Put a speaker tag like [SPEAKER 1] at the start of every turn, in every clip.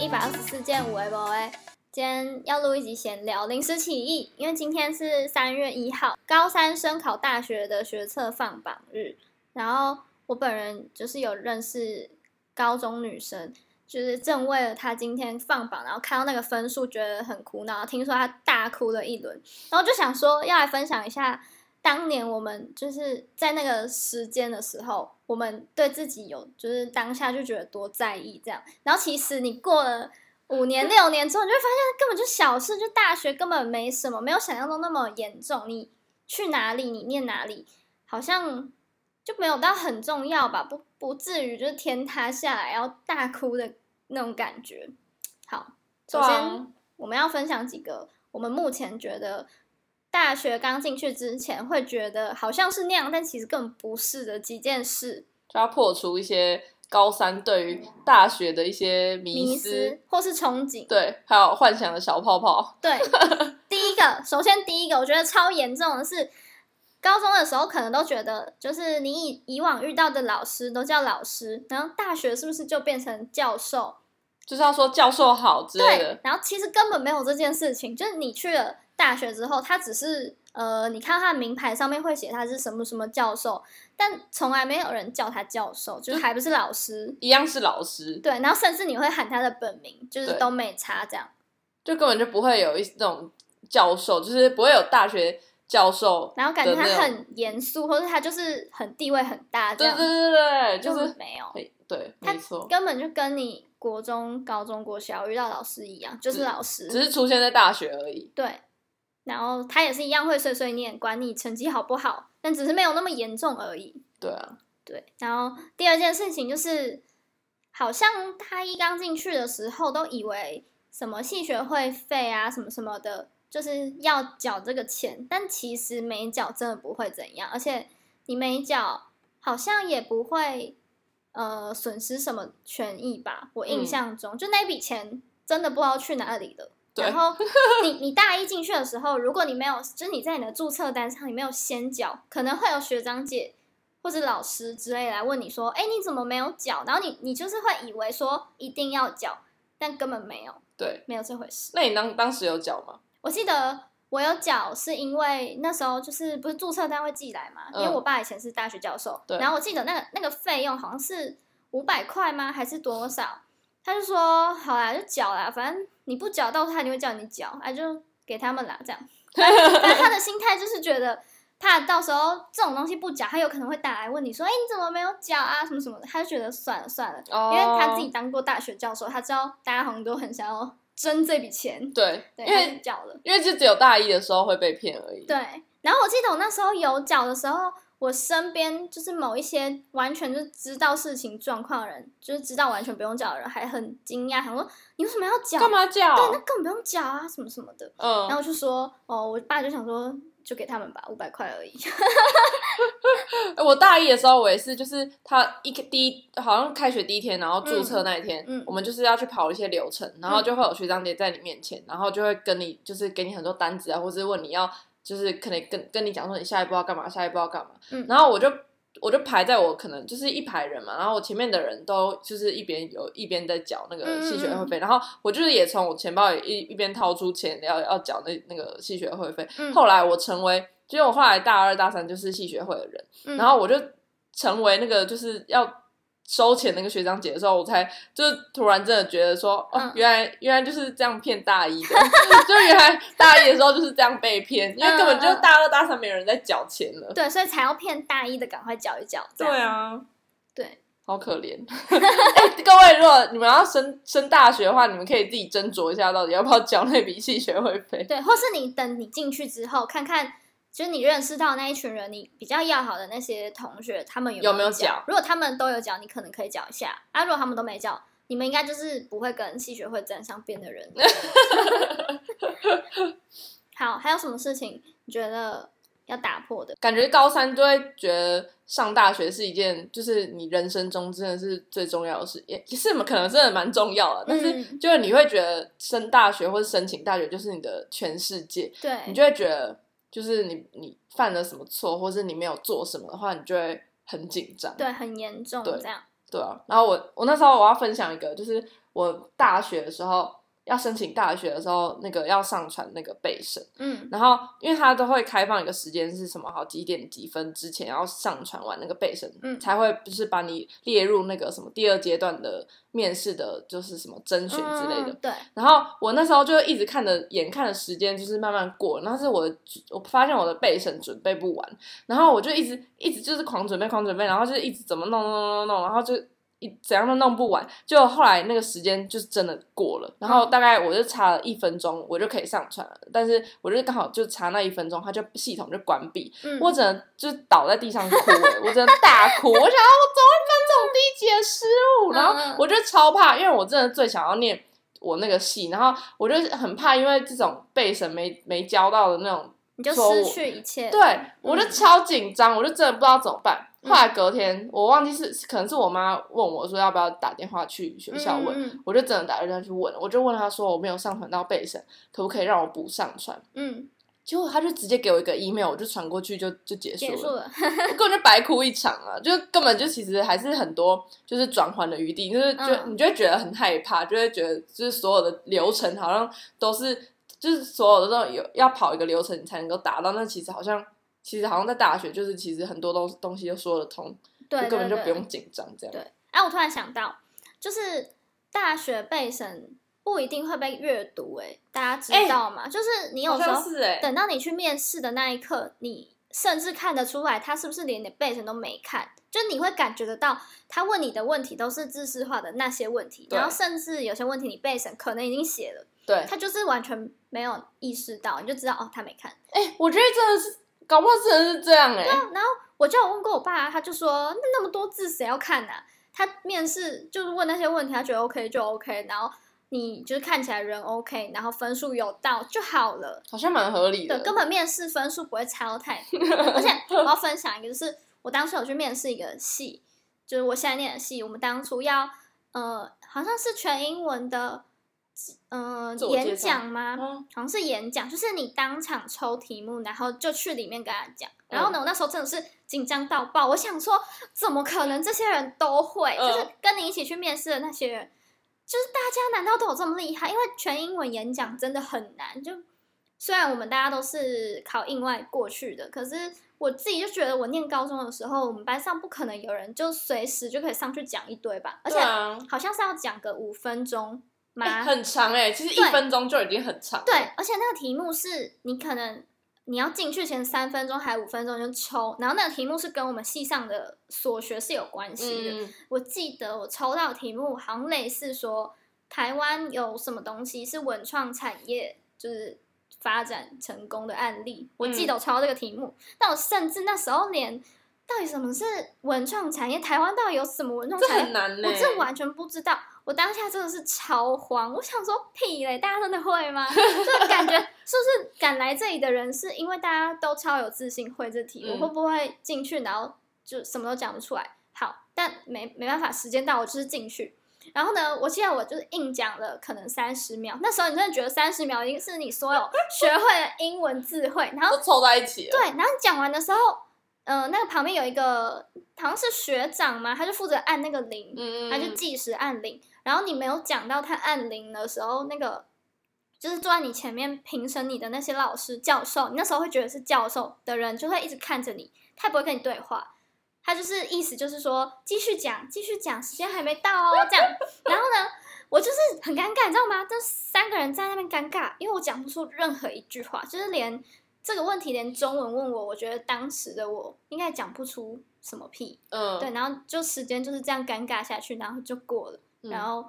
[SPEAKER 1] 一百二十四件五 A 博 A，今天要录一集闲聊临时起意，因为今天是三月一号，高三生考大学的学测放榜日。然后我本人就是有认识高中女生，就是正为了她今天放榜，然后看到那个分数觉得很苦恼，听说她大哭了一轮，然后就想说要来分享一下当年我们就是在那个时间的时候，我们对自己有就是当下就觉得多在意这样，然后其实你过了。五
[SPEAKER 2] 嗯
[SPEAKER 1] 年六年之后，你就会发现根本就小事，就大学根本没什么，没有想象中那么严重。你去哪里，你念哪里，好像就没有到很重要吧，不不至于就是天塌下来要大哭的那种感觉。好，首
[SPEAKER 2] 对
[SPEAKER 1] 先、
[SPEAKER 2] 啊
[SPEAKER 1] 我们要分享几个我们目前觉得大学刚进去之前会觉得好像是那样，但其实根本不是的几件事，
[SPEAKER 2] 就要破除一些高三对于大学的一些
[SPEAKER 1] 迷
[SPEAKER 2] 迷思，
[SPEAKER 1] 失或是憧憬。
[SPEAKER 2] 对，还有幻想的小泡泡。
[SPEAKER 1] 对，第一个，首先第一个，我觉得超严重的是，高中的时候可能都觉得，就是你以以往遇到的老师都叫老师，然后大学是不是就变成教授？
[SPEAKER 2] 就是要说教授好之类
[SPEAKER 1] 对
[SPEAKER 2] 的，，
[SPEAKER 1] 然后其实根本没有这件事情，就是你去了大学之后，他只是呃，你看他的名牌上面会写他是什么什么教授，但从来没有人叫他教授，就是还不是老师。
[SPEAKER 2] 一样是老师，
[SPEAKER 1] 对，然后甚至你会喊他的本名，就是
[SPEAKER 2] 对
[SPEAKER 1] 都没差这样。
[SPEAKER 2] 就根本就不会有一那种教授，就是不会有大学教授的
[SPEAKER 1] 然
[SPEAKER 2] 那
[SPEAKER 1] 后
[SPEAKER 2] 种。
[SPEAKER 1] 感觉他很严肃，或者他就是很地位很大这
[SPEAKER 2] 对
[SPEAKER 1] 样，
[SPEAKER 2] 对对对对，就
[SPEAKER 1] 就是
[SPEAKER 2] 是
[SPEAKER 1] 没有，
[SPEAKER 2] 嘿对，
[SPEAKER 1] 他
[SPEAKER 2] 没错，
[SPEAKER 1] 根本就跟你国中、高中、国小遇到老师一样，就是
[SPEAKER 2] 只
[SPEAKER 1] 老师，
[SPEAKER 2] 只是出现在大学而已。
[SPEAKER 1] 对。然后他也是一样会碎碎念，管你成绩好不好，但只是没有那么严重而已。
[SPEAKER 2] 对啊，
[SPEAKER 1] 对，然后第二件事情就是，好像大一刚进去的时候都以为什么系学会费啊什么什么的，就是要缴这个钱，但其实没缴真的不会怎样，而且你没缴好像也不会呃损失什么权益吧？我印
[SPEAKER 2] 嗯
[SPEAKER 1] 象中、就那笔钱真的不知道去哪里了。
[SPEAKER 2] 对
[SPEAKER 1] 然后你你大一进去的时候，如果你没有，就是你在你的注册单上你没有先缴，可能会有学长姐或者老师之类来问你说，哎，你怎么没有缴？然后你你就是会以为说一定要缴，但根本没有，
[SPEAKER 2] 对。
[SPEAKER 1] 没有这回事。
[SPEAKER 2] 那你当当时有缴吗？
[SPEAKER 1] 我记得我有缴，是因为那时候就是不是注册单位寄来嘛，因
[SPEAKER 2] 嗯
[SPEAKER 1] 为我爸以前是大学教授，
[SPEAKER 2] 对
[SPEAKER 1] 然后我记得那个那个费用好像是五百块吗，还是多少？他就说好啦，就缴啦，反正你不缴，到时候他就会叫你缴，啊，就给他们啦，这样。 反正他的心态就是觉得怕到时候这种东西不缴，他有可能会打来问你说，哎、你怎么没有缴啊，什么什么的，他就觉得算了算了，
[SPEAKER 2] 哦
[SPEAKER 1] 因为他自己当过大学教授，他知道大家好像都很想要争这笔钱，
[SPEAKER 2] 对，
[SPEAKER 1] 对，
[SPEAKER 2] 因
[SPEAKER 1] 他就
[SPEAKER 2] 为
[SPEAKER 1] 缴了。
[SPEAKER 2] 因为就只有大一的时候会被骗而已。
[SPEAKER 1] 对，然后我记得我那时候有脚的时候，我身边就是某一些完全就知道事情状况的人，就是知道完全不用脚的人，还很惊讶，想说你为什么要脚？
[SPEAKER 2] 干？嘛缴？
[SPEAKER 1] 对，那根本不用脚啊，什么什么的。然后
[SPEAKER 2] 嗯，
[SPEAKER 1] 我就说，哦，我爸就想说，就给他们吧，五百块而已。
[SPEAKER 2] 哎 我大一的时候，我也是，就是他一第一好像开学第一天，然后注册那一天，
[SPEAKER 1] 嗯嗯嗯
[SPEAKER 2] 我们就是要去跑一些流程，然后就会有学长姐在你面前，然后就会跟你就是给你很多单子啊，或是问你要就是可能跟跟你讲说你下一步要干嘛，下一步要干嘛，
[SPEAKER 1] 嗯
[SPEAKER 2] 然后我就。我就排在我可能就是一排人嘛，然后我前面的人都就是一边有一边在缴那
[SPEAKER 1] 嗯
[SPEAKER 2] 个
[SPEAKER 1] 嗯
[SPEAKER 2] 系学会
[SPEAKER 1] 嗯
[SPEAKER 2] 费，然后我就是也从我钱包也一一边掏出钱要要缴那那个系学会费，
[SPEAKER 1] 嗯，
[SPEAKER 2] 后来我成为，就是我后来大二大三就是系学会的人，
[SPEAKER 1] 嗯
[SPEAKER 2] 然后我就成为那个就是要收钱那个学长姐的时候，我才就是突然真的觉得说，哦，
[SPEAKER 1] 嗯
[SPEAKER 2] 原来原来就是这样骗大一的， 就原来大一的时候就是这样被骗，因为根本就
[SPEAKER 1] 嗯嗯嗯
[SPEAKER 2] 大二大三没有人在缴钱了。
[SPEAKER 1] 对，所以才要骗大一的赶快缴一缴。这
[SPEAKER 2] 对
[SPEAKER 1] 样，
[SPEAKER 2] 啊，
[SPEAKER 1] 对，
[SPEAKER 2] 好可怜。 哎各位，如果你们要升升大学的话，你们可以自己斟酌一下，到底要不要缴那笔系学会费。
[SPEAKER 1] 对，或是你等你进去之后，看看就是你认识到那一群人，你比较要好的那些同学，他们有
[SPEAKER 2] 有
[SPEAKER 1] 没
[SPEAKER 2] 没有
[SPEAKER 1] 缴
[SPEAKER 2] 缴？
[SPEAKER 1] 如果他们都有缴，你可能可以缴一下；啊，如果他们都没缴，你们应该就是不会跟系学会沾上边的 人。好，还有什么事情你觉得要打破的？
[SPEAKER 2] 感觉高三就会觉得上大学是一件，就是你人生中真的是最重要的事，也也是可能真的蛮重要的，但是
[SPEAKER 1] 嗯
[SPEAKER 2] 就是你会觉得升大学或者申请大学就是你的全世界，
[SPEAKER 1] 对，
[SPEAKER 2] 你就会觉得就是你你犯了什么错，或是你没有做什么的话，你就会很紧张。
[SPEAKER 1] 对，很严重
[SPEAKER 2] 对
[SPEAKER 1] 这样。
[SPEAKER 2] 对啊，然后我我那时候我要分享一个，就是我大学的时候要申请大学的时候，那个要上传那个备审，
[SPEAKER 1] 嗯
[SPEAKER 2] 然后因为它都会开放一个时间是什么好几点几分之前要上传完那个备审，
[SPEAKER 1] 嗯
[SPEAKER 2] 才会就是把你列入那个什么第二阶段的面试的，就是什么甄选之类的。
[SPEAKER 1] 嗯对，
[SPEAKER 2] 然后我那时候就一直看着，眼看着时间就是慢慢过，然后是我的我发现我的备审准备不完，然后我就一直一直就是狂准备狂准备，然后就是一直怎么弄弄弄弄弄，然后就一怎样都弄不完，就后来那个时间就是真的过了，然后大概我就差了一分钟，我就可以上传了，但是我就刚好就差那一分钟，它就系统就关闭，
[SPEAKER 1] 嗯，
[SPEAKER 2] 我只能就是倒在地上哭、欸，我只能大哭。我想要我怎么会犯这种低级的失误？
[SPEAKER 1] 嗯
[SPEAKER 2] 然后我就超怕，因为我真的最想要念我那个系，然后我就很怕，因为这种背神没没教到的那种，
[SPEAKER 1] 你就
[SPEAKER 2] 说
[SPEAKER 1] 失
[SPEAKER 2] 我
[SPEAKER 1] 去一切，
[SPEAKER 2] 对我
[SPEAKER 1] 嗯
[SPEAKER 2] 就超紧张，我就真的不知道怎么办。后来隔天，我忘记是可能是我妈问我说要不要打电话去学
[SPEAKER 1] 嗯，
[SPEAKER 2] 校问，
[SPEAKER 1] 嗯
[SPEAKER 2] 我就真的打电话去问了，我就问她说我没有上传到背神，可不可以让我补上传？
[SPEAKER 1] 嗯，
[SPEAKER 2] 结果她就直接给我一个 email，我就传过去就就结束
[SPEAKER 1] 结
[SPEAKER 2] 了
[SPEAKER 1] 束。了，
[SPEAKER 2] 我根本就白哭一场啊！就根本就其实还是很多就是转换的余地，就是就、
[SPEAKER 1] 嗯
[SPEAKER 2] 你就会觉得很害怕，就会觉得就是所有的流程好像都是就是所有的都有要跑一个流程你才能够达到，那其实好像其实好像在大学就是其实很多东东西都说得通，
[SPEAKER 1] 对，
[SPEAKER 2] 就根本
[SPEAKER 1] 对对
[SPEAKER 2] 就不用紧张这样。
[SPEAKER 1] 对哎、我突然想到，就是大学备审不一定会被阅读、哎，大家知
[SPEAKER 2] 哎
[SPEAKER 1] 道吗？就是你有
[SPEAKER 2] 好
[SPEAKER 1] 时
[SPEAKER 2] 像
[SPEAKER 1] 候
[SPEAKER 2] 是哎、
[SPEAKER 1] 等到你去面试的那一刻，你甚至看得出来他是不是连你的备审都没看，就你会感觉得到他问你的问题都是知识化的那些问题，
[SPEAKER 2] 对
[SPEAKER 1] 然后甚至有些问题你备审可能已经写了，
[SPEAKER 2] 对，
[SPEAKER 1] 他就是完全没有意识到，你就知道哦他没看。
[SPEAKER 2] 哎、我觉得真的是搞不好真的是这样哎、
[SPEAKER 1] 然后我就有问过我爸，他就说那那么多字谁要看啊？他面试就是问那些问题，他觉得 OK 就 OK，然后你就是看起来人 OK，然后分数有到就好了。
[SPEAKER 2] 好像蛮合理的
[SPEAKER 1] 对，。根本面试分数不会差到太 多。而且我要分享一个，就是我当初有去面试一个系，就是我现在念的系，我们当初要呃，好像是全英文的，呃，
[SPEAKER 2] 自我介
[SPEAKER 1] 演
[SPEAKER 2] 绍
[SPEAKER 1] 讲吗？
[SPEAKER 2] 嗯
[SPEAKER 1] 好像是演讲，就是你当场抽题目，然后就去里面跟他讲。
[SPEAKER 2] 嗯
[SPEAKER 1] 然后呢，我那时候真的是紧张到爆，我想说，怎么可能这些人都会？
[SPEAKER 2] 嗯
[SPEAKER 1] 就是跟你一起去面试的那些人，就是大家难道都有这么厉害？因为全英文演讲真的很难。就虽然我们大家都是考英外过去的，可是我自己就觉得，我念高中的时候，我们班上不可能有人就随时就可以上去讲一堆吧，而且
[SPEAKER 2] 对啊，
[SPEAKER 1] 好像是要讲个五分钟吗？
[SPEAKER 2] 哎很长哎、其实一
[SPEAKER 1] 对
[SPEAKER 2] 分钟就已经很长了。
[SPEAKER 1] 对，而且那个题目是你可能你要进去前三分钟还五分钟就抽，然后那个题目是跟我们系上的所学是有关系的。
[SPEAKER 2] 嗯，
[SPEAKER 1] 我记得我抽到的题目好像类似说，台湾有什么东西是文创产业就是发展成功的案例。我记得我抽到这个题目，但我甚至那时候连到底什么是文创产业，台湾到底有什么文创
[SPEAKER 2] 这
[SPEAKER 1] 产业
[SPEAKER 2] 很难欸呢、
[SPEAKER 1] 我这完全不知道，我当下真的是超慌，我想说屁嘞，大家真的会吗？ 就感觉是不是赶来这里的人是因为大家都超有自信会这题，
[SPEAKER 2] 嗯
[SPEAKER 1] 我会不会进去然后就什么都讲不出来？好，但没没办法，时间到，我就是进去。然后呢，我记得我就是硬讲了可能三十秒，那时候你真的觉得三十秒已经是你所有学会的英文智慧，然后
[SPEAKER 2] 都凑在一起了。
[SPEAKER 1] 对，然后你讲完的时候，呃，那个旁边有一个好像是学长嘛，他就负责按那个铃，
[SPEAKER 2] 嗯，
[SPEAKER 1] 他就计时按铃，然后你没有讲到他按铃的时候，那个就是坐在你前面评审你的那些老师、教授，你那时候会觉得是教授的人，就会一直看着你，他也不会跟你对话，他就是意思就是说继续讲，继续讲，时间还没到哦，这样。然后呢，我就是很尴尬，你知道吗？这三个人在那边尴尬，因为我讲不出任何一句话，就是连这个问题连中文问我，我觉得当时的我应该讲不出什么屁。
[SPEAKER 2] 嗯，
[SPEAKER 1] 对，然后就时间就是这样尴尬下去，然后就过了，
[SPEAKER 2] 嗯
[SPEAKER 1] 然后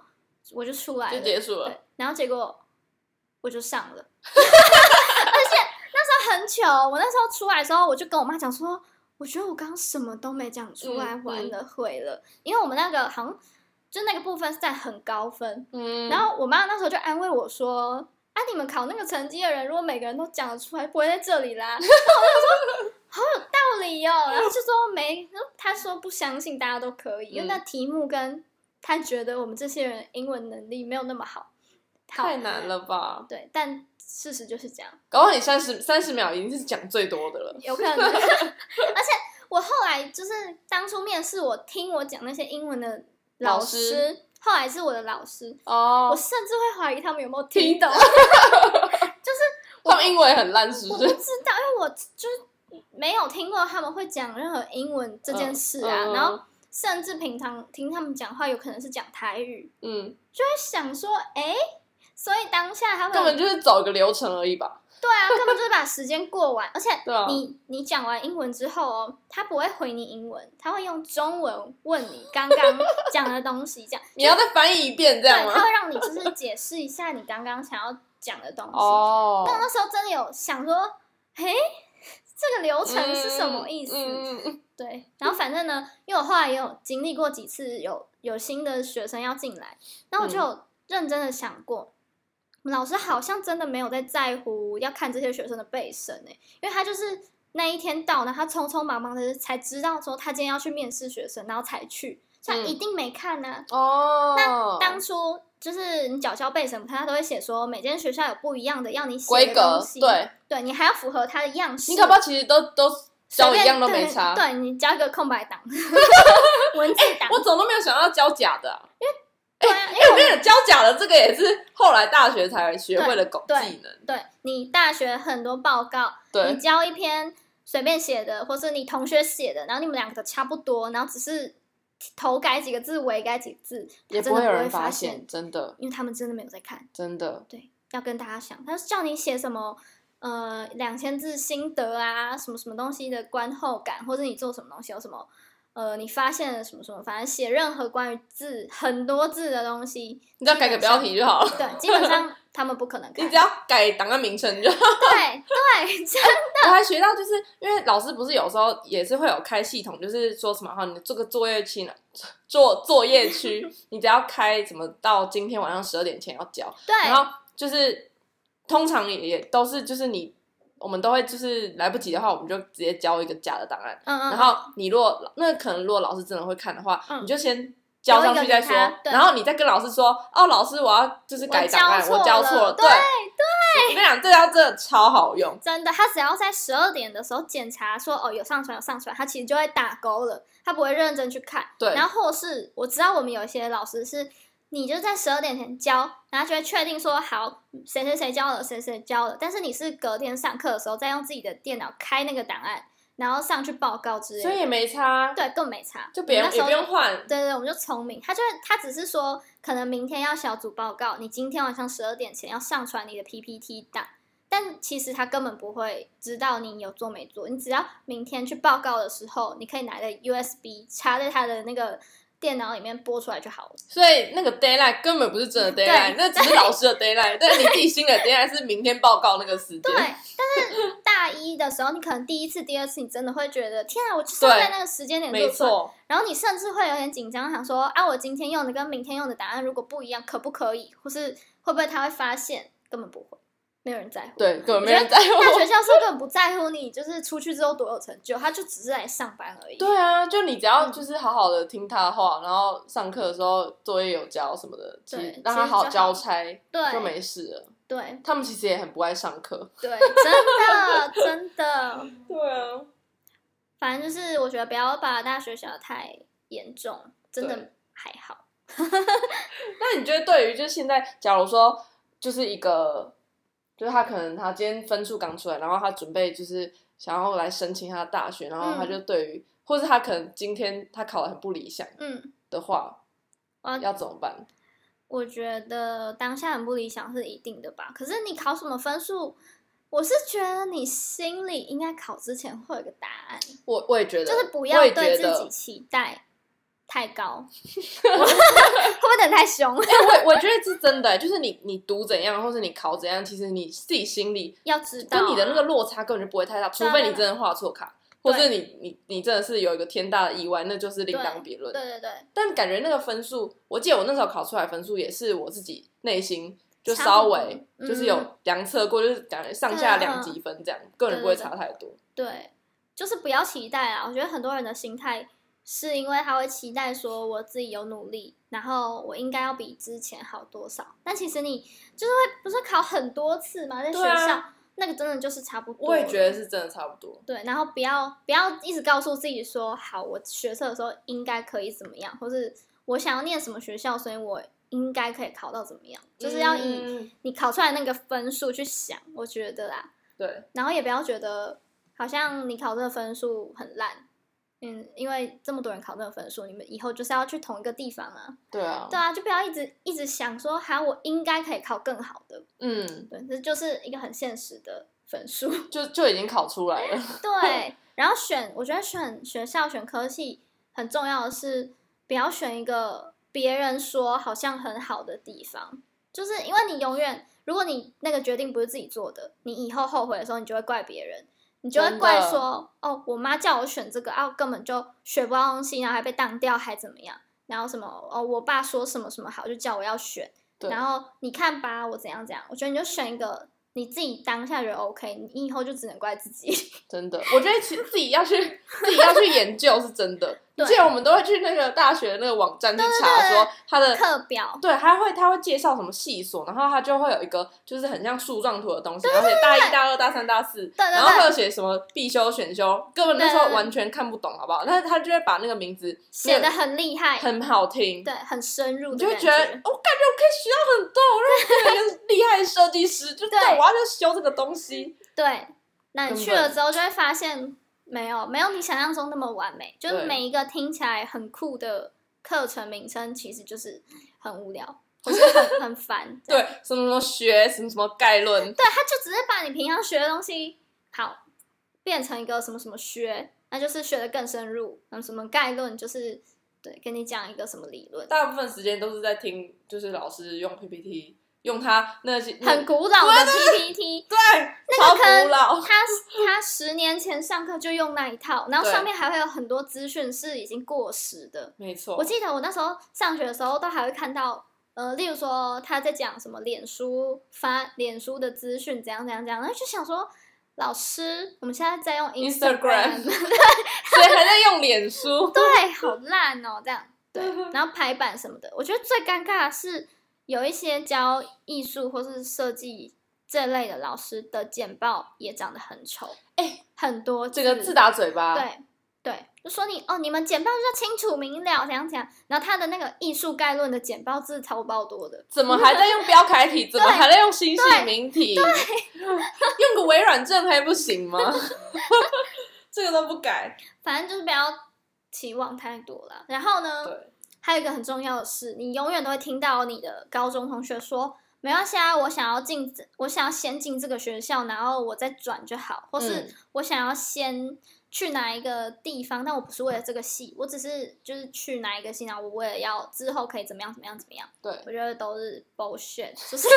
[SPEAKER 1] 我就出来了，
[SPEAKER 2] 就结束了
[SPEAKER 1] 对，然后结果我就上 了，而且那时候很糗，我那时候出来的时候，我就跟我妈讲说，我觉得我刚刚什么都没讲出来，
[SPEAKER 2] 嗯
[SPEAKER 1] 完
[SPEAKER 2] 嗯
[SPEAKER 1] 了毁了，因为我们那个好像就那个部分是在很高分，
[SPEAKER 2] 嗯，
[SPEAKER 1] 然后我妈那时候就安慰我说。啊！你们考那个成绩的人，如果每个人都讲得出来，不会在这里啦。 道理哦，然后就说没，他说不相信大家都可以，因为
[SPEAKER 2] 嗯
[SPEAKER 1] 那题目跟他觉得我们这些人英文能力没有那么好，好
[SPEAKER 2] 太难了吧？
[SPEAKER 1] 对，但事实就是这样，
[SPEAKER 2] 搞不好你三十三十秒已经是讲最多的了。
[SPEAKER 1] 有可能。 而且我后来就是当初面试，我听我讲那些英文的
[SPEAKER 2] 老
[SPEAKER 1] 老
[SPEAKER 2] 师
[SPEAKER 1] 师，后来是我的老师，我
[SPEAKER 2] 哦，
[SPEAKER 1] 甚至会怀疑他们有没有听懂，
[SPEAKER 2] 他们英文也很烂，是
[SPEAKER 1] 我
[SPEAKER 2] 不
[SPEAKER 1] 不知
[SPEAKER 2] 是？
[SPEAKER 1] 道，因为我就是没有听过他们会讲任何英文这件事啊，
[SPEAKER 2] 嗯嗯
[SPEAKER 1] 然后甚至平常听他们讲话，有可能是讲台语，
[SPEAKER 2] 嗯，
[SPEAKER 1] 就会想说，哎、所以当下他们
[SPEAKER 2] 根本就是走个流程而已吧。
[SPEAKER 1] 对啊，根本就是把时间过完，而且
[SPEAKER 2] 对啊
[SPEAKER 1] 你你讲完英文之后哦，他不会回你英文，他会用中文问你刚刚讲的东西，这样
[SPEAKER 2] 你要再翻译一遍这
[SPEAKER 1] 对，
[SPEAKER 2] 样
[SPEAKER 1] 他
[SPEAKER 2] 吗？
[SPEAKER 1] 会让你就是解释一下你刚刚想要讲的东 西。
[SPEAKER 2] 哦，
[SPEAKER 1] 那那时候真的有想说，嘿，这个流程是什么意思？
[SPEAKER 2] 嗯嗯嗯
[SPEAKER 1] 对，然后反正呢，因为我后来也有经历过几次有有新的学生要进来，然后
[SPEAKER 2] 嗯
[SPEAKER 1] 我就有认真的想过，我们老师好像真的没有在在乎要看这些学生的背身诶、因为他就是那一天到呢，他匆匆忙忙的才知道说他今天要去面试学生，然后才去，所以他
[SPEAKER 2] 嗯
[SPEAKER 1] 一定没看啊呢、
[SPEAKER 2] 哦，
[SPEAKER 1] 当初就是你缴交备审，他都会写说每间学校有不一样的要你写
[SPEAKER 2] 规
[SPEAKER 1] 的
[SPEAKER 2] 格
[SPEAKER 1] 东西，
[SPEAKER 2] 对，
[SPEAKER 1] 对你还要符合它的样式。
[SPEAKER 2] 你搞不好其实都都
[SPEAKER 1] 随
[SPEAKER 2] 教一
[SPEAKER 1] 便
[SPEAKER 2] 样都
[SPEAKER 1] 对
[SPEAKER 2] 没差。哎
[SPEAKER 1] 对你交一个空白 档，文字档，
[SPEAKER 2] 我怎么都没有想到教假的、啊。
[SPEAKER 1] 对啊，因
[SPEAKER 2] 哎、
[SPEAKER 1] 为
[SPEAKER 2] 我跟你讲，教假的这个也是后来大学才学会的狗
[SPEAKER 1] 对
[SPEAKER 2] 技能。
[SPEAKER 1] 对你大学很多报告，
[SPEAKER 2] 对
[SPEAKER 1] 你交一篇随便写的，或是你同学写的，然后你们两个差不多，然后只是头改几个字，尾改几个字，
[SPEAKER 2] 也
[SPEAKER 1] 真
[SPEAKER 2] 不
[SPEAKER 1] 的
[SPEAKER 2] 会有
[SPEAKER 1] 会
[SPEAKER 2] 人发
[SPEAKER 1] 现
[SPEAKER 2] 现，，真的，
[SPEAKER 1] 因为他们真的没有在看。
[SPEAKER 2] 真的。
[SPEAKER 1] 对，要跟大家讲，他是叫你写什么，呃，两千字心得啊，什么什么东西的观后感，或者你做什么东西有什么，呃，你发现了什么什么，反正写任何关于字很多字的东西，
[SPEAKER 2] 你只要改个标题就好了，
[SPEAKER 1] 对，基本 上他们不可能
[SPEAKER 2] 你
[SPEAKER 1] 看
[SPEAKER 2] 只。要改档案名称就好。
[SPEAKER 1] 对对，这样
[SPEAKER 2] 我还学到，就是因为老师不是有时候也是会有开系统，就是说什么哈，你这个作业期呢，做作业区，你只要开什么到今天晚上十二点前要交，
[SPEAKER 1] 对
[SPEAKER 2] 然后就是通常也也都是就是你，我们都会就是来不及的话，我们就直接交一个假的档案。
[SPEAKER 1] 嗯嗯，
[SPEAKER 2] 然后你如果那可能，如果老师真的会看的话，
[SPEAKER 1] 嗯
[SPEAKER 2] 你就先交上去再说
[SPEAKER 1] 留一个给他。对
[SPEAKER 2] 然后你再跟老师说，哦，老师，我要就是改档案，
[SPEAKER 1] 我
[SPEAKER 2] 我
[SPEAKER 1] 交
[SPEAKER 2] 交
[SPEAKER 1] 错
[SPEAKER 2] 错
[SPEAKER 1] 了
[SPEAKER 2] 了。
[SPEAKER 1] 对
[SPEAKER 2] 我跟你讲，这招真的超好用。
[SPEAKER 1] 真的，他只要在十二点的时候检查说哦有上传有上传，他其实就会打勾了，他不会认真去看。
[SPEAKER 2] 对
[SPEAKER 1] 然后或是我知道我们有一些老师是，你就在十二点前交，然后就会确定说好谁谁谁交了谁谁交了，但是你是隔天上课的时候再用自己的电脑开那个档案，然后上去报告之类的。
[SPEAKER 2] 所以也没差，
[SPEAKER 1] 对，更没差，
[SPEAKER 2] 就别
[SPEAKER 1] 我们
[SPEAKER 2] 人
[SPEAKER 1] 那时
[SPEAKER 2] 也
[SPEAKER 1] 候
[SPEAKER 2] 不
[SPEAKER 1] 就
[SPEAKER 2] 用换。
[SPEAKER 1] 对对，我们就聪明，他就是他只是说，可能明天要小组报告，你今天晚上十二点前要上传你的 PPT 档，但其实他根本不会知道你有做没做，你只要明天去报告的时候，你可以拿着 USB 插在他的那个电脑里面播出来就 好了。
[SPEAKER 2] 所以那个 d a y l i g h t 根本不是真的 d a y l i g h t 那只是老师的 d a y l i g h t 但你自己新的 d a y l i g h t 是明天报告那个时
[SPEAKER 1] 对，
[SPEAKER 2] 间。
[SPEAKER 1] 但是大一的时候，你可能第一次、第二次，你真的会觉得，天啊，我就是要
[SPEAKER 2] 对
[SPEAKER 1] 在那个时间点
[SPEAKER 2] 没
[SPEAKER 1] 做出来。
[SPEAKER 2] 错，
[SPEAKER 1] 然后你甚至会有点紧张，想说啊，我今天用的跟明天用的答案如果不一样，可不可以？或是会不会他会发现？根本不会，没有人在乎。，
[SPEAKER 2] 对，根本没人在乎。
[SPEAKER 1] 大学教授根本不在乎你，就是出去之后多有成就，他就只是来上班而已。
[SPEAKER 2] 对啊，就你只
[SPEAKER 1] 嗯
[SPEAKER 2] 要就是好好的听他的话，然后上课的时候作业有交什么的，其
[SPEAKER 1] 对
[SPEAKER 2] 实让他好好交差就
[SPEAKER 1] 对
[SPEAKER 2] 没事了。
[SPEAKER 1] 对
[SPEAKER 2] 他们其实也很不爱上课。
[SPEAKER 1] 对，真的真的，
[SPEAKER 2] 对啊，
[SPEAKER 1] 反正就是我觉得不要把大学想的太严重，真的
[SPEAKER 2] 对
[SPEAKER 1] 还好。
[SPEAKER 2] 那你觉得对于就是现在，假如说就是一个，就是他可能他今天分数刚出来，然后他准备就是想要来申请他的大学，然后
[SPEAKER 1] 嗯
[SPEAKER 2] 他就对于，或是他可能今天他考的很不理想
[SPEAKER 1] 嗯，
[SPEAKER 2] 的话，
[SPEAKER 1] 我
[SPEAKER 2] 要怎么办？
[SPEAKER 1] 我觉得当下很不理想是一定的吧，可是你考什么分数，我是觉得你心里应该考之前会有个答案，
[SPEAKER 2] 我我也觉得，
[SPEAKER 1] 就是不
[SPEAKER 2] 我
[SPEAKER 1] 要
[SPEAKER 2] 也
[SPEAKER 1] 对
[SPEAKER 2] 觉得
[SPEAKER 1] 自己期待太 高， 会不会等太凶？
[SPEAKER 2] 哎、我我觉得是真的、就是你你读怎样，或是你考怎样，其实你自己心里
[SPEAKER 1] 要知道啊、
[SPEAKER 2] 跟你的那个落差根本就不会太大，除
[SPEAKER 1] 对啊
[SPEAKER 2] 非你真的画错卡，或是你你你真的是有一个天大的意外，那就是另当别论。
[SPEAKER 1] 对对对，
[SPEAKER 2] 但感觉那个分数，我记得我那时候考出来的分数也是我自己内心就
[SPEAKER 1] 差
[SPEAKER 2] 稍
[SPEAKER 1] 不多
[SPEAKER 2] 微
[SPEAKER 1] 嗯
[SPEAKER 2] 就是有量测过，就是感觉上下两级分这样，根本不会差太多。
[SPEAKER 1] 对，就是不要期待啊！我觉得很多人的心态是因为他会期待说我自己有努力，然后我应该要比之前好多少。但其实你就是会不是考很多次吗？在学
[SPEAKER 2] 对啊
[SPEAKER 1] 校、那个真的就是差不多。
[SPEAKER 2] 我也觉得。是真的差不多。
[SPEAKER 1] 对，然后不要不要一直告诉自己说好，我学测的时候应该可以怎么样，或是我想要念什么学校，所以我应该可以考到怎么样，就是要以
[SPEAKER 2] 嗯
[SPEAKER 1] 你考出来那个分数去想，我觉得啦。
[SPEAKER 2] 对，
[SPEAKER 1] 然后也不要觉得好像你考这个分数很烂，嗯，因为这么多人考这个分数，你们以后就是要去同一个地方啊。
[SPEAKER 2] 对啊，
[SPEAKER 1] 对啊，就不要一直一直想说，哈，我应该可以考更好的。
[SPEAKER 2] 嗯，
[SPEAKER 1] 对，这就是一个很现实的分数。
[SPEAKER 2] 就就已经考出来了，
[SPEAKER 1] 对， 然后选，我觉得选学校、选科系很重要的是，不要选一个别人说好像很好的地方，就是因为你永远，如果你那个决定不是自己做的，你以后后悔的时候，你就会怪别人，你就会
[SPEAKER 2] 真
[SPEAKER 1] 怪
[SPEAKER 2] 的
[SPEAKER 1] 说，哦，我妈叫我选这个，啊，我根本就学不到东西，然后还被当掉，还怎么样？然后什么哦，我爸说什么什么好，就叫我要选。
[SPEAKER 2] 对
[SPEAKER 1] 然后你看吧，我怎样怎样，我觉得你就选一个你自己当下觉得 OK，你以后就只能怪自己。
[SPEAKER 2] 真的。我觉得其实自己要去自己要去研究是真 的。
[SPEAKER 1] 对
[SPEAKER 2] 之前我们都会去那个大学的那个网站去查，说它的
[SPEAKER 1] 课表，
[SPEAKER 2] 对，他会他会介绍什么系所，然后他就会有一个就是很像树状图的东西，然后写大一、大二、大三、大四，
[SPEAKER 1] 对对
[SPEAKER 2] 然后会有写什么必修、选修，根本那时
[SPEAKER 1] 对对
[SPEAKER 2] 候
[SPEAKER 1] 对
[SPEAKER 2] 完全看不懂，好不好？但是他就会把那个名字
[SPEAKER 1] 写的
[SPEAKER 2] 那个
[SPEAKER 1] 很厉害，
[SPEAKER 2] 很好听，
[SPEAKER 1] 对，很深入
[SPEAKER 2] 你
[SPEAKER 1] 的
[SPEAKER 2] 就会
[SPEAKER 1] 感
[SPEAKER 2] 觉得我哦感觉我可以学到很多，我认 识一个厉害的设计师，就
[SPEAKER 1] 对嗯
[SPEAKER 2] 对我要去修这个东西，
[SPEAKER 1] 对，那你
[SPEAKER 2] 根
[SPEAKER 1] 去了
[SPEAKER 2] 本
[SPEAKER 1] 之后就会发现，没有没有你想象中那么完美，就是
[SPEAKER 2] 对
[SPEAKER 1] 每一个听起来很酷的课程名称，其实就是很无 聊，或是很很烦。这
[SPEAKER 2] 对
[SPEAKER 1] 样，
[SPEAKER 2] 什么什么学什么什么概论，
[SPEAKER 1] 对，他就只是把你平常学的东西好变成一个什么什么学，那就是学的更深入，然后什么概论就是对，跟你讲一个什么理论，
[SPEAKER 2] 大部分时间都是在听，就是老师用 PPT，用他那些那
[SPEAKER 1] 很古老的 PPT。
[SPEAKER 2] 对，
[SPEAKER 1] 那
[SPEAKER 2] 超
[SPEAKER 1] 个可能
[SPEAKER 2] 古老。
[SPEAKER 1] 他他十年前上课就用那一套，然后
[SPEAKER 2] 对
[SPEAKER 1] 上面还会有很多资讯是已经过时的。
[SPEAKER 2] 没错，
[SPEAKER 1] 我记得我那时候上学的时候，都还会看到，呃，例如说他在讲什么脸书发脸书的资讯怎样怎样怎样，然后就想说，老师，我们现在在用对。
[SPEAKER 2] Instagram 所以还在用脸书
[SPEAKER 1] 对，好烂哦，这样 对，然后排版什么的，我觉得最尴尬的是有一些教艺术或是设计这类的老师的简报也长得很丑，
[SPEAKER 2] 哎
[SPEAKER 1] 很多
[SPEAKER 2] 这个自打嘴巴，，
[SPEAKER 1] 对对，就说你哦，你们简报就清楚明了，怎样怎样。然后他的那个艺术概论的简报字超爆多的，
[SPEAKER 2] 怎么还在用标楷体？怎么还在用星系名体？ 用个微软正黑不行吗？ 这个都不改，
[SPEAKER 1] 反正就是不要期望太多了。然后呢，
[SPEAKER 2] 对，
[SPEAKER 1] 还有一个很重要的是，你永远都会听到你的高中同学说。没关系啊，我想要进这，我想要先进这个学校，然后我再转就好，或是
[SPEAKER 2] 嗯
[SPEAKER 1] 我想要先去哪一个地方，但我不是为了这个系，我只是就是去哪一个系，然后我为了要之后可以怎么样怎么样怎么样。
[SPEAKER 2] 对，
[SPEAKER 1] 我觉得都是 bullshit，就是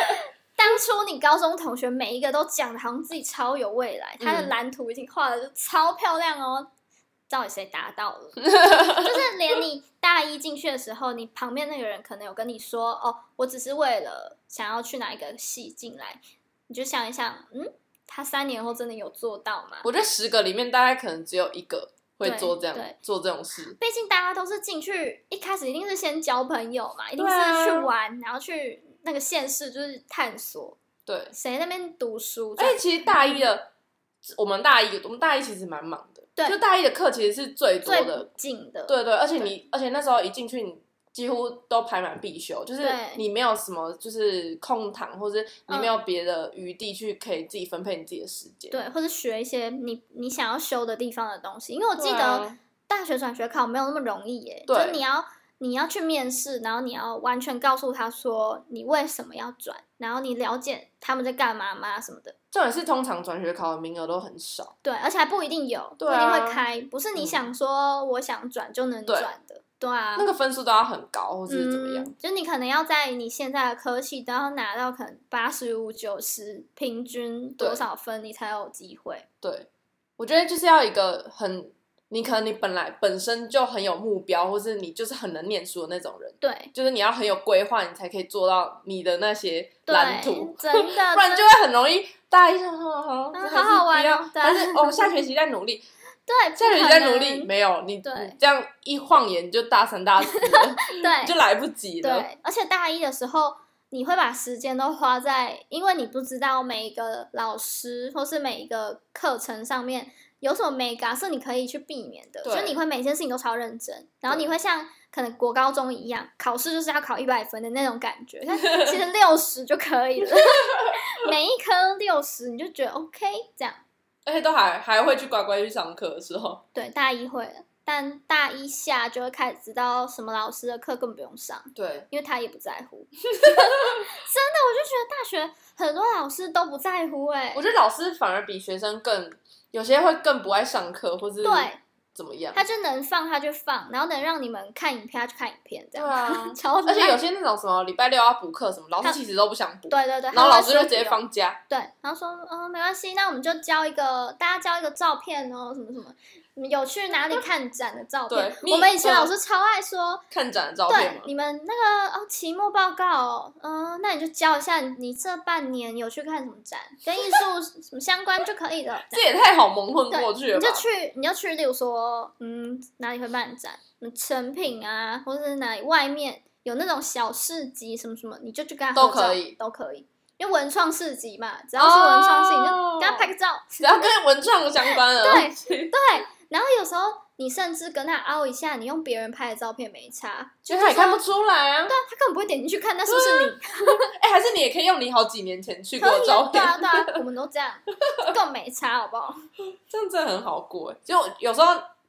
[SPEAKER 1] 当初你高中同学每一个都讲的好像自己超有未来，他的
[SPEAKER 2] 嗯
[SPEAKER 1] 蓝图已经画的就超漂亮哦，到底谁达到 了？就是连你大一进去的时候，你旁边那个人可能有跟你说：“哦，我只是为了想要去哪一个系进来。”你就想一想，嗯，他三年后真的有做到吗？
[SPEAKER 2] 我觉得十个里面大概可能只有一个会
[SPEAKER 1] 对
[SPEAKER 2] 做这样
[SPEAKER 1] 对
[SPEAKER 2] 做这种事，
[SPEAKER 1] 毕竟大家都是进去一开始一定是先交朋友嘛，一定
[SPEAKER 2] 对啊
[SPEAKER 1] 是去玩，然后去那个县市就是探索。
[SPEAKER 2] 对。
[SPEAKER 1] 谁在那边读书？
[SPEAKER 2] 而且其实大一的，我们大一我们大一其实蛮忙的，
[SPEAKER 1] 对
[SPEAKER 2] 就大一的课其实是最多
[SPEAKER 1] 最
[SPEAKER 2] 的，
[SPEAKER 1] 近的，
[SPEAKER 2] 对对，而且你，而且那时候一进去，你几乎都排满必修，就是
[SPEAKER 1] 对嗯
[SPEAKER 2] 你没有什么就是空堂，或者是你没有别的余地去可以自己分配你自己的时间。
[SPEAKER 1] 对，或者学一些你你想要修的地方的东西。因为我记
[SPEAKER 2] 对
[SPEAKER 1] 得
[SPEAKER 2] 啊
[SPEAKER 1] 大学转学考没有那么容易耶，就
[SPEAKER 2] 对
[SPEAKER 1] 是你要你要去面试，然后你要完全告诉他说你为什么要转，然后你了解他们在干嘛吗什么的。
[SPEAKER 2] 重点是通常转学考的名额都很少，
[SPEAKER 1] 对，而且还不一定有，
[SPEAKER 2] 对啊
[SPEAKER 1] 不一定会开，不是你想说我想转就能
[SPEAKER 2] 对
[SPEAKER 1] 转的。对啊，
[SPEAKER 2] 那个分数都要很高，或是怎么样。
[SPEAKER 1] 嗯？就你可能要在你现在的科系都要拿到可能八十五、九十平均多
[SPEAKER 2] 对
[SPEAKER 1] 少分，你才有机会。
[SPEAKER 2] 对，我觉得就是要一个很，你可能你本来本身就很有目标，或是你就是很能念书的那种人。
[SPEAKER 1] 对，
[SPEAKER 2] 就是你要很有规划，你才可以做到你的那些
[SPEAKER 1] 对
[SPEAKER 2] 蓝图，
[SPEAKER 1] 真的，
[SPEAKER 2] 不然
[SPEAKER 1] 真
[SPEAKER 2] 就会很容易大一上好好
[SPEAKER 1] 嗯好好玩哦对
[SPEAKER 2] 但是哦，下学期再 努力，
[SPEAKER 1] 对，
[SPEAKER 2] 下学期再努
[SPEAKER 1] 不可
[SPEAKER 2] 力，
[SPEAKER 1] 能
[SPEAKER 2] 没有你，你
[SPEAKER 1] 对
[SPEAKER 2] 这样一晃眼就大三大四了，
[SPEAKER 1] 对
[SPEAKER 2] 就来不及了。
[SPEAKER 1] 对，而且大一的时候，你会把时间都花在，因为你不知道每一个老师或是每一个课程上面有什么 mega 是你可以去避免的，
[SPEAKER 2] 对
[SPEAKER 1] 就你会每件事情都超认真，然后你会像可能国高中一样，考试就是要考一百分的那种感觉，但其实六十就可以了， 每一科六十你就觉得 OK 这样。
[SPEAKER 2] 而且都还还会去乖乖去上课的时 候，
[SPEAKER 1] 对，大一会了，但大一下就会开始知道什么老师的课更不用上。
[SPEAKER 2] 对，
[SPEAKER 1] 因为他也不在乎， 真的，我就觉得大学很多老师都不在乎哎、
[SPEAKER 2] 我觉得老师反而比学生更有些会更不爱上课，或是
[SPEAKER 1] 对
[SPEAKER 2] 怎么样，
[SPEAKER 1] 他就能放他就放，然后能让你们看影片他就看影片，这
[SPEAKER 2] 对
[SPEAKER 1] 样、，
[SPEAKER 2] 啊
[SPEAKER 1] 超
[SPEAKER 2] 而且有
[SPEAKER 1] 烂
[SPEAKER 2] 些那种什么礼拜六要补课什么，老
[SPEAKER 1] 他
[SPEAKER 2] 师其实都不想补，
[SPEAKER 1] 对对对，
[SPEAKER 2] 啊然后
[SPEAKER 1] 他
[SPEAKER 2] 老
[SPEAKER 1] 会哦
[SPEAKER 2] 师
[SPEAKER 1] 说
[SPEAKER 2] 就直接
[SPEAKER 1] 不用
[SPEAKER 2] 放假，
[SPEAKER 1] 对，然后说嗯没关系，那我们就交一个大家交一个照片哦，什么什么有去哪里看展的照片
[SPEAKER 2] 对，你
[SPEAKER 1] 我们以前
[SPEAKER 2] 嗯
[SPEAKER 1] 老师超爱说。
[SPEAKER 2] 看展的照片
[SPEAKER 1] 对
[SPEAKER 2] 嘛，
[SPEAKER 1] 你们那个哦，期末报告、哦，嗯、那你就教一下你这半年有去看什么展，跟艺术 什么相关就可以了。
[SPEAKER 2] 这也太好蒙混过去
[SPEAKER 1] 对，
[SPEAKER 2] 了
[SPEAKER 1] 你
[SPEAKER 2] 吧
[SPEAKER 1] 就？去，你就去，例如说，嗯，哪里会办展，嗯，成品啊，或者是哪里外面有那种小市集什么什么，你就去跟他
[SPEAKER 2] 都
[SPEAKER 1] 合照
[SPEAKER 2] 可以，
[SPEAKER 1] 都可以，因为文创市集嘛，只要是文创市集，你
[SPEAKER 2] 哦
[SPEAKER 1] 就跟他拍个照。
[SPEAKER 2] 只要跟文创相关的东西，
[SPEAKER 1] 对，然后有时候你甚至跟他凹一下，你用别人拍的照片没差，
[SPEAKER 2] 其
[SPEAKER 1] 就
[SPEAKER 2] 实他
[SPEAKER 1] 是
[SPEAKER 2] 也看不出来啊。
[SPEAKER 1] 他根本不会点进去看那是不是你。
[SPEAKER 2] 哎，还是你也可以用你好几年前去过
[SPEAKER 1] 可
[SPEAKER 2] 的
[SPEAKER 1] 以
[SPEAKER 2] 照
[SPEAKER 1] 啊，对
[SPEAKER 2] 片，
[SPEAKER 1] 啊，对啊，我们都这 样，更没差，好不好？
[SPEAKER 2] 这样真的很好过哎。就有时候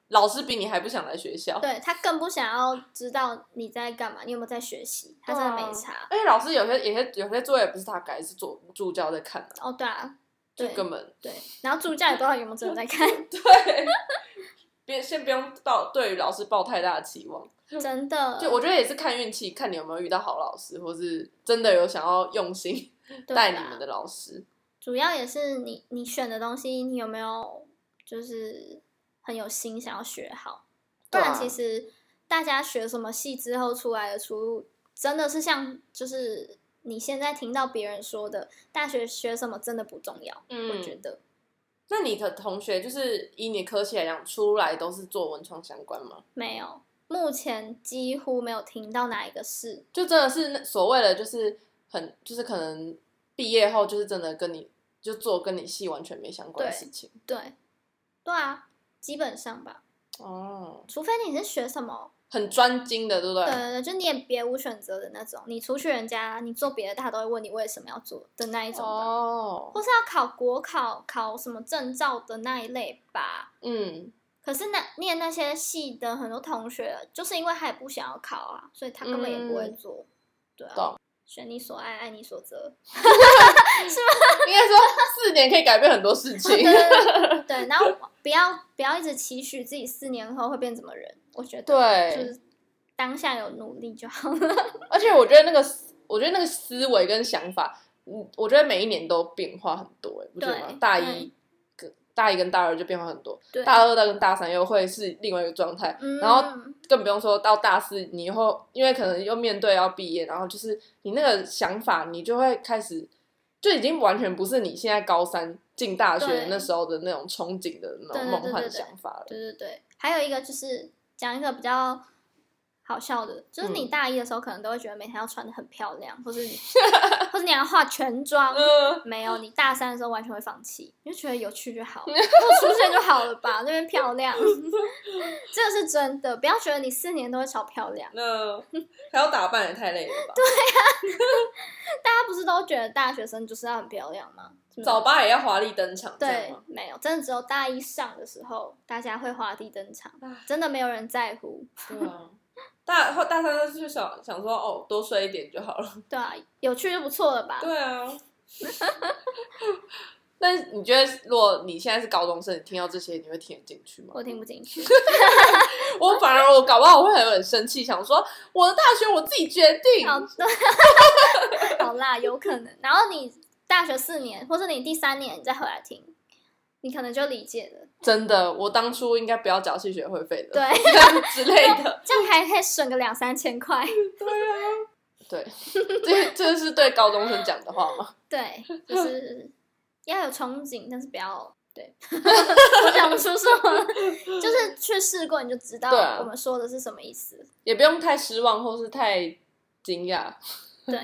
[SPEAKER 2] 老师比你还不想来学校，
[SPEAKER 1] 对他更不想要知道你在干嘛，你有没有在学习，他真的
[SPEAKER 2] 哦
[SPEAKER 1] 没差。
[SPEAKER 2] 而且老师有些有些有些作业不是他改，是助助教在看的，
[SPEAKER 1] 哦，对啊，
[SPEAKER 2] 就
[SPEAKER 1] 对
[SPEAKER 2] 根本
[SPEAKER 1] 对，然后助教也不知道有没有真的在看，
[SPEAKER 2] 对，别先不用抱对于老师抱太大的期望。
[SPEAKER 1] 真的，
[SPEAKER 2] 就我觉得也是看运气，看你有没有遇到好老师，或是真的有想要用心
[SPEAKER 1] 对啊
[SPEAKER 2] 带
[SPEAKER 1] 啦
[SPEAKER 2] 你们的老师。
[SPEAKER 1] 主要也是你你选的东西，你有没有就是很有心想要学好，不
[SPEAKER 2] 对啊
[SPEAKER 1] 然其实大家学什么系之后出来的出路，真的是像就是你现在听到别人说的，大学学什么真的不重要，我觉
[SPEAKER 2] 嗯，
[SPEAKER 1] 得。
[SPEAKER 2] 那你的同学就是以你科系来讲，出来都是做文创相关吗？
[SPEAKER 1] 没有，目前几乎没有听到哪一个是。
[SPEAKER 2] 就真的是那所谓的就是很就是可能毕业后就是真的跟你就做跟你系完全没相关的
[SPEAKER 1] 对
[SPEAKER 2] 事情。
[SPEAKER 1] 对，对啊，基本上吧，
[SPEAKER 2] 哦，
[SPEAKER 1] 除非你是学什么，
[SPEAKER 2] 很专精的，对不对？
[SPEAKER 1] 对对对，就你也别无选择的那种。你出去人家，你做别的，他都会问你为什么要做的那一种吧。
[SPEAKER 2] 哦，
[SPEAKER 1] 或是要考国考、考什么证照的那一类吧。
[SPEAKER 2] 嗯，
[SPEAKER 1] 可是那念那些系的很多同学，就是因为他也不想要考啊，所以他根本也不会
[SPEAKER 2] 嗯
[SPEAKER 1] 做。对啊
[SPEAKER 2] 懂，
[SPEAKER 1] 选你所爱，爱你所 择。
[SPEAKER 2] 应该说四年可以改变很多 事情
[SPEAKER 1] 对。对对对，然后不要不要一直期许自己四年后会变怎么人，我觉得
[SPEAKER 2] 对
[SPEAKER 1] 就是当下有努力就好了。
[SPEAKER 2] 而且我觉得那个思，我觉得那个思维跟想法，嗯，我觉得每一年都变化很多、欸，不觉得吗
[SPEAKER 1] 对？
[SPEAKER 2] 大
[SPEAKER 1] 嗯
[SPEAKER 2] 一跟大一跟大二就变化很多，
[SPEAKER 1] 对，
[SPEAKER 2] 大二跟大三又会是另外一个状态，
[SPEAKER 1] 嗯
[SPEAKER 2] 然后更不用说到大四，你以后因为可能又面对要毕业，然后就是你那个想法，你就会开始就已经完全不是你现在高三进大学
[SPEAKER 1] 对
[SPEAKER 2] 那时候的那种憧憬的那
[SPEAKER 1] 对
[SPEAKER 2] 种
[SPEAKER 1] 对
[SPEAKER 2] 梦
[SPEAKER 1] 对
[SPEAKER 2] 幻
[SPEAKER 1] 对
[SPEAKER 2] 的
[SPEAKER 1] 对
[SPEAKER 2] 想法了。
[SPEAKER 1] 对对对，还有一个就是讲一个比较好笑的，就是你
[SPEAKER 2] 嗯
[SPEAKER 1] 大一的时候可能都会觉得每天要穿的很漂亮，或是 你或是你要化全妆。
[SPEAKER 2] 嗯，
[SPEAKER 1] 没有，你大三的时候完全会放弃，你就觉得有趣就好， 了，我出现就好了吧，那边漂亮，这个是真的，不要觉得你四年都会超漂亮。
[SPEAKER 2] 那还要打扮也太累了吧？
[SPEAKER 1] 大家不是都觉得大学生就是要很漂亮吗？
[SPEAKER 2] 早八也要华丽登场，这样
[SPEAKER 1] 对
[SPEAKER 2] 吗？，
[SPEAKER 1] 没有，真的只有大一上的时候，大家会华丽登场
[SPEAKER 2] 唉，
[SPEAKER 1] 真的没有人在乎。
[SPEAKER 2] 对啊，大后大三就想想说哦，多睡一点就好了。
[SPEAKER 1] 对啊，有趣就不错了吧？
[SPEAKER 2] 对啊。 那你觉得，如果你现在是高中生，你听到这些，你会听得进去吗？
[SPEAKER 1] 我听不进去，
[SPEAKER 2] 我反而我搞不好我会很很生气，想说我的大学我自己决定。
[SPEAKER 1] 好的，好啦，有可能。然后你大学四年，或者你第三年你再回来听，你可能就理解了。
[SPEAKER 2] 真的，我当初应该不要缴系学会费的，
[SPEAKER 1] 对，
[SPEAKER 2] 之类的。
[SPEAKER 1] 这样还可以省个两三千块。
[SPEAKER 2] 对，这这是对高中生讲的话吗？
[SPEAKER 1] 对， 就是要有憧憬，但是不要对，我讲不出什么，就是去试过你就知
[SPEAKER 2] 对
[SPEAKER 1] 道
[SPEAKER 2] 啊
[SPEAKER 1] 我们说的是什么意 思。
[SPEAKER 2] 也不用太失望或是太惊讶。
[SPEAKER 1] 对，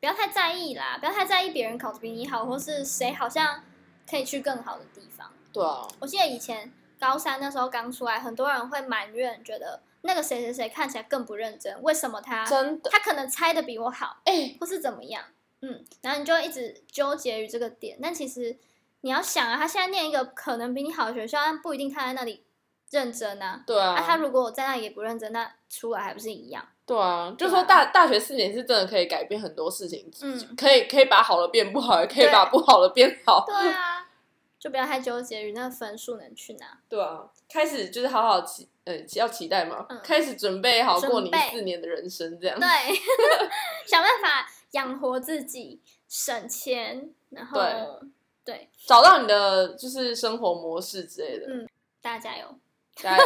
[SPEAKER 1] 不要太在意啦，不要太在意别人考的比你好，或是谁好像可以去更好的地方。
[SPEAKER 2] 对啊，
[SPEAKER 1] 我记得以前高三那时候刚出来，很多人会埋怨，觉得那个谁谁谁看起来更不认真，为什么他
[SPEAKER 2] 真的，
[SPEAKER 1] 他可能猜的比我好，
[SPEAKER 2] 哎、
[SPEAKER 1] 或是怎么样，嗯，然后你就一直纠结于这个点。但其实你要想啊，他现在念一个可能比你好的学校，但不一定他在那里认真啊。
[SPEAKER 2] 对
[SPEAKER 1] 那、
[SPEAKER 2] 啊，
[SPEAKER 1] 他如果在那里也不认真，那出来还不是一样？
[SPEAKER 2] 对啊，就说大大学四年是真的可以改变很多事情，
[SPEAKER 1] 嗯
[SPEAKER 2] 可以可以把好的变不好，也可以
[SPEAKER 1] 对
[SPEAKER 2] 把不好的变好，
[SPEAKER 1] 对啊， 就不要太纠结于那个分数能去哪。
[SPEAKER 2] 对啊，开始就是好好期，呃，要期待嘛，
[SPEAKER 1] 嗯
[SPEAKER 2] 开始准备好过你
[SPEAKER 1] 准备
[SPEAKER 2] 四年的人生，这样
[SPEAKER 1] 对， 想办法养活自己，省钱，然后对
[SPEAKER 2] 找到你的就是生活模式之类的，
[SPEAKER 1] 嗯大家加油。
[SPEAKER 2] 加油！